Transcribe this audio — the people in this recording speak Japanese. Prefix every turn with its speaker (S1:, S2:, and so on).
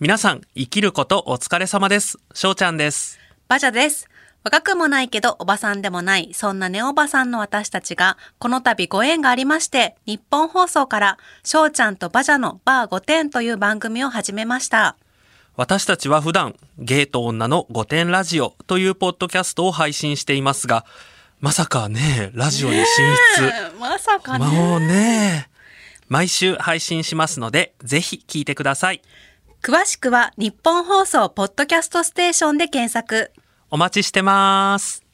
S1: 皆さん、生きることお疲れ様です。翔ちゃんです。
S2: バジャです。若くもないけどおばさんでもない、そんなネオバさんの私たちが、この度ご縁がありまして、日本放送から、しょうちゃんとバジャのバー5点という番組を始めました。
S1: 私たちは普段、ゲーと女の御殿ラジオというポッドキャストを配信していますが、まさかね、ラジオに進出。
S2: まさか
S1: もう
S2: ね。
S1: ね、毎週配信しますので、ぜひ聞いてください。
S2: 詳しくは、日本放送ポッドキャストステーションで検索。
S1: お待ちしてます。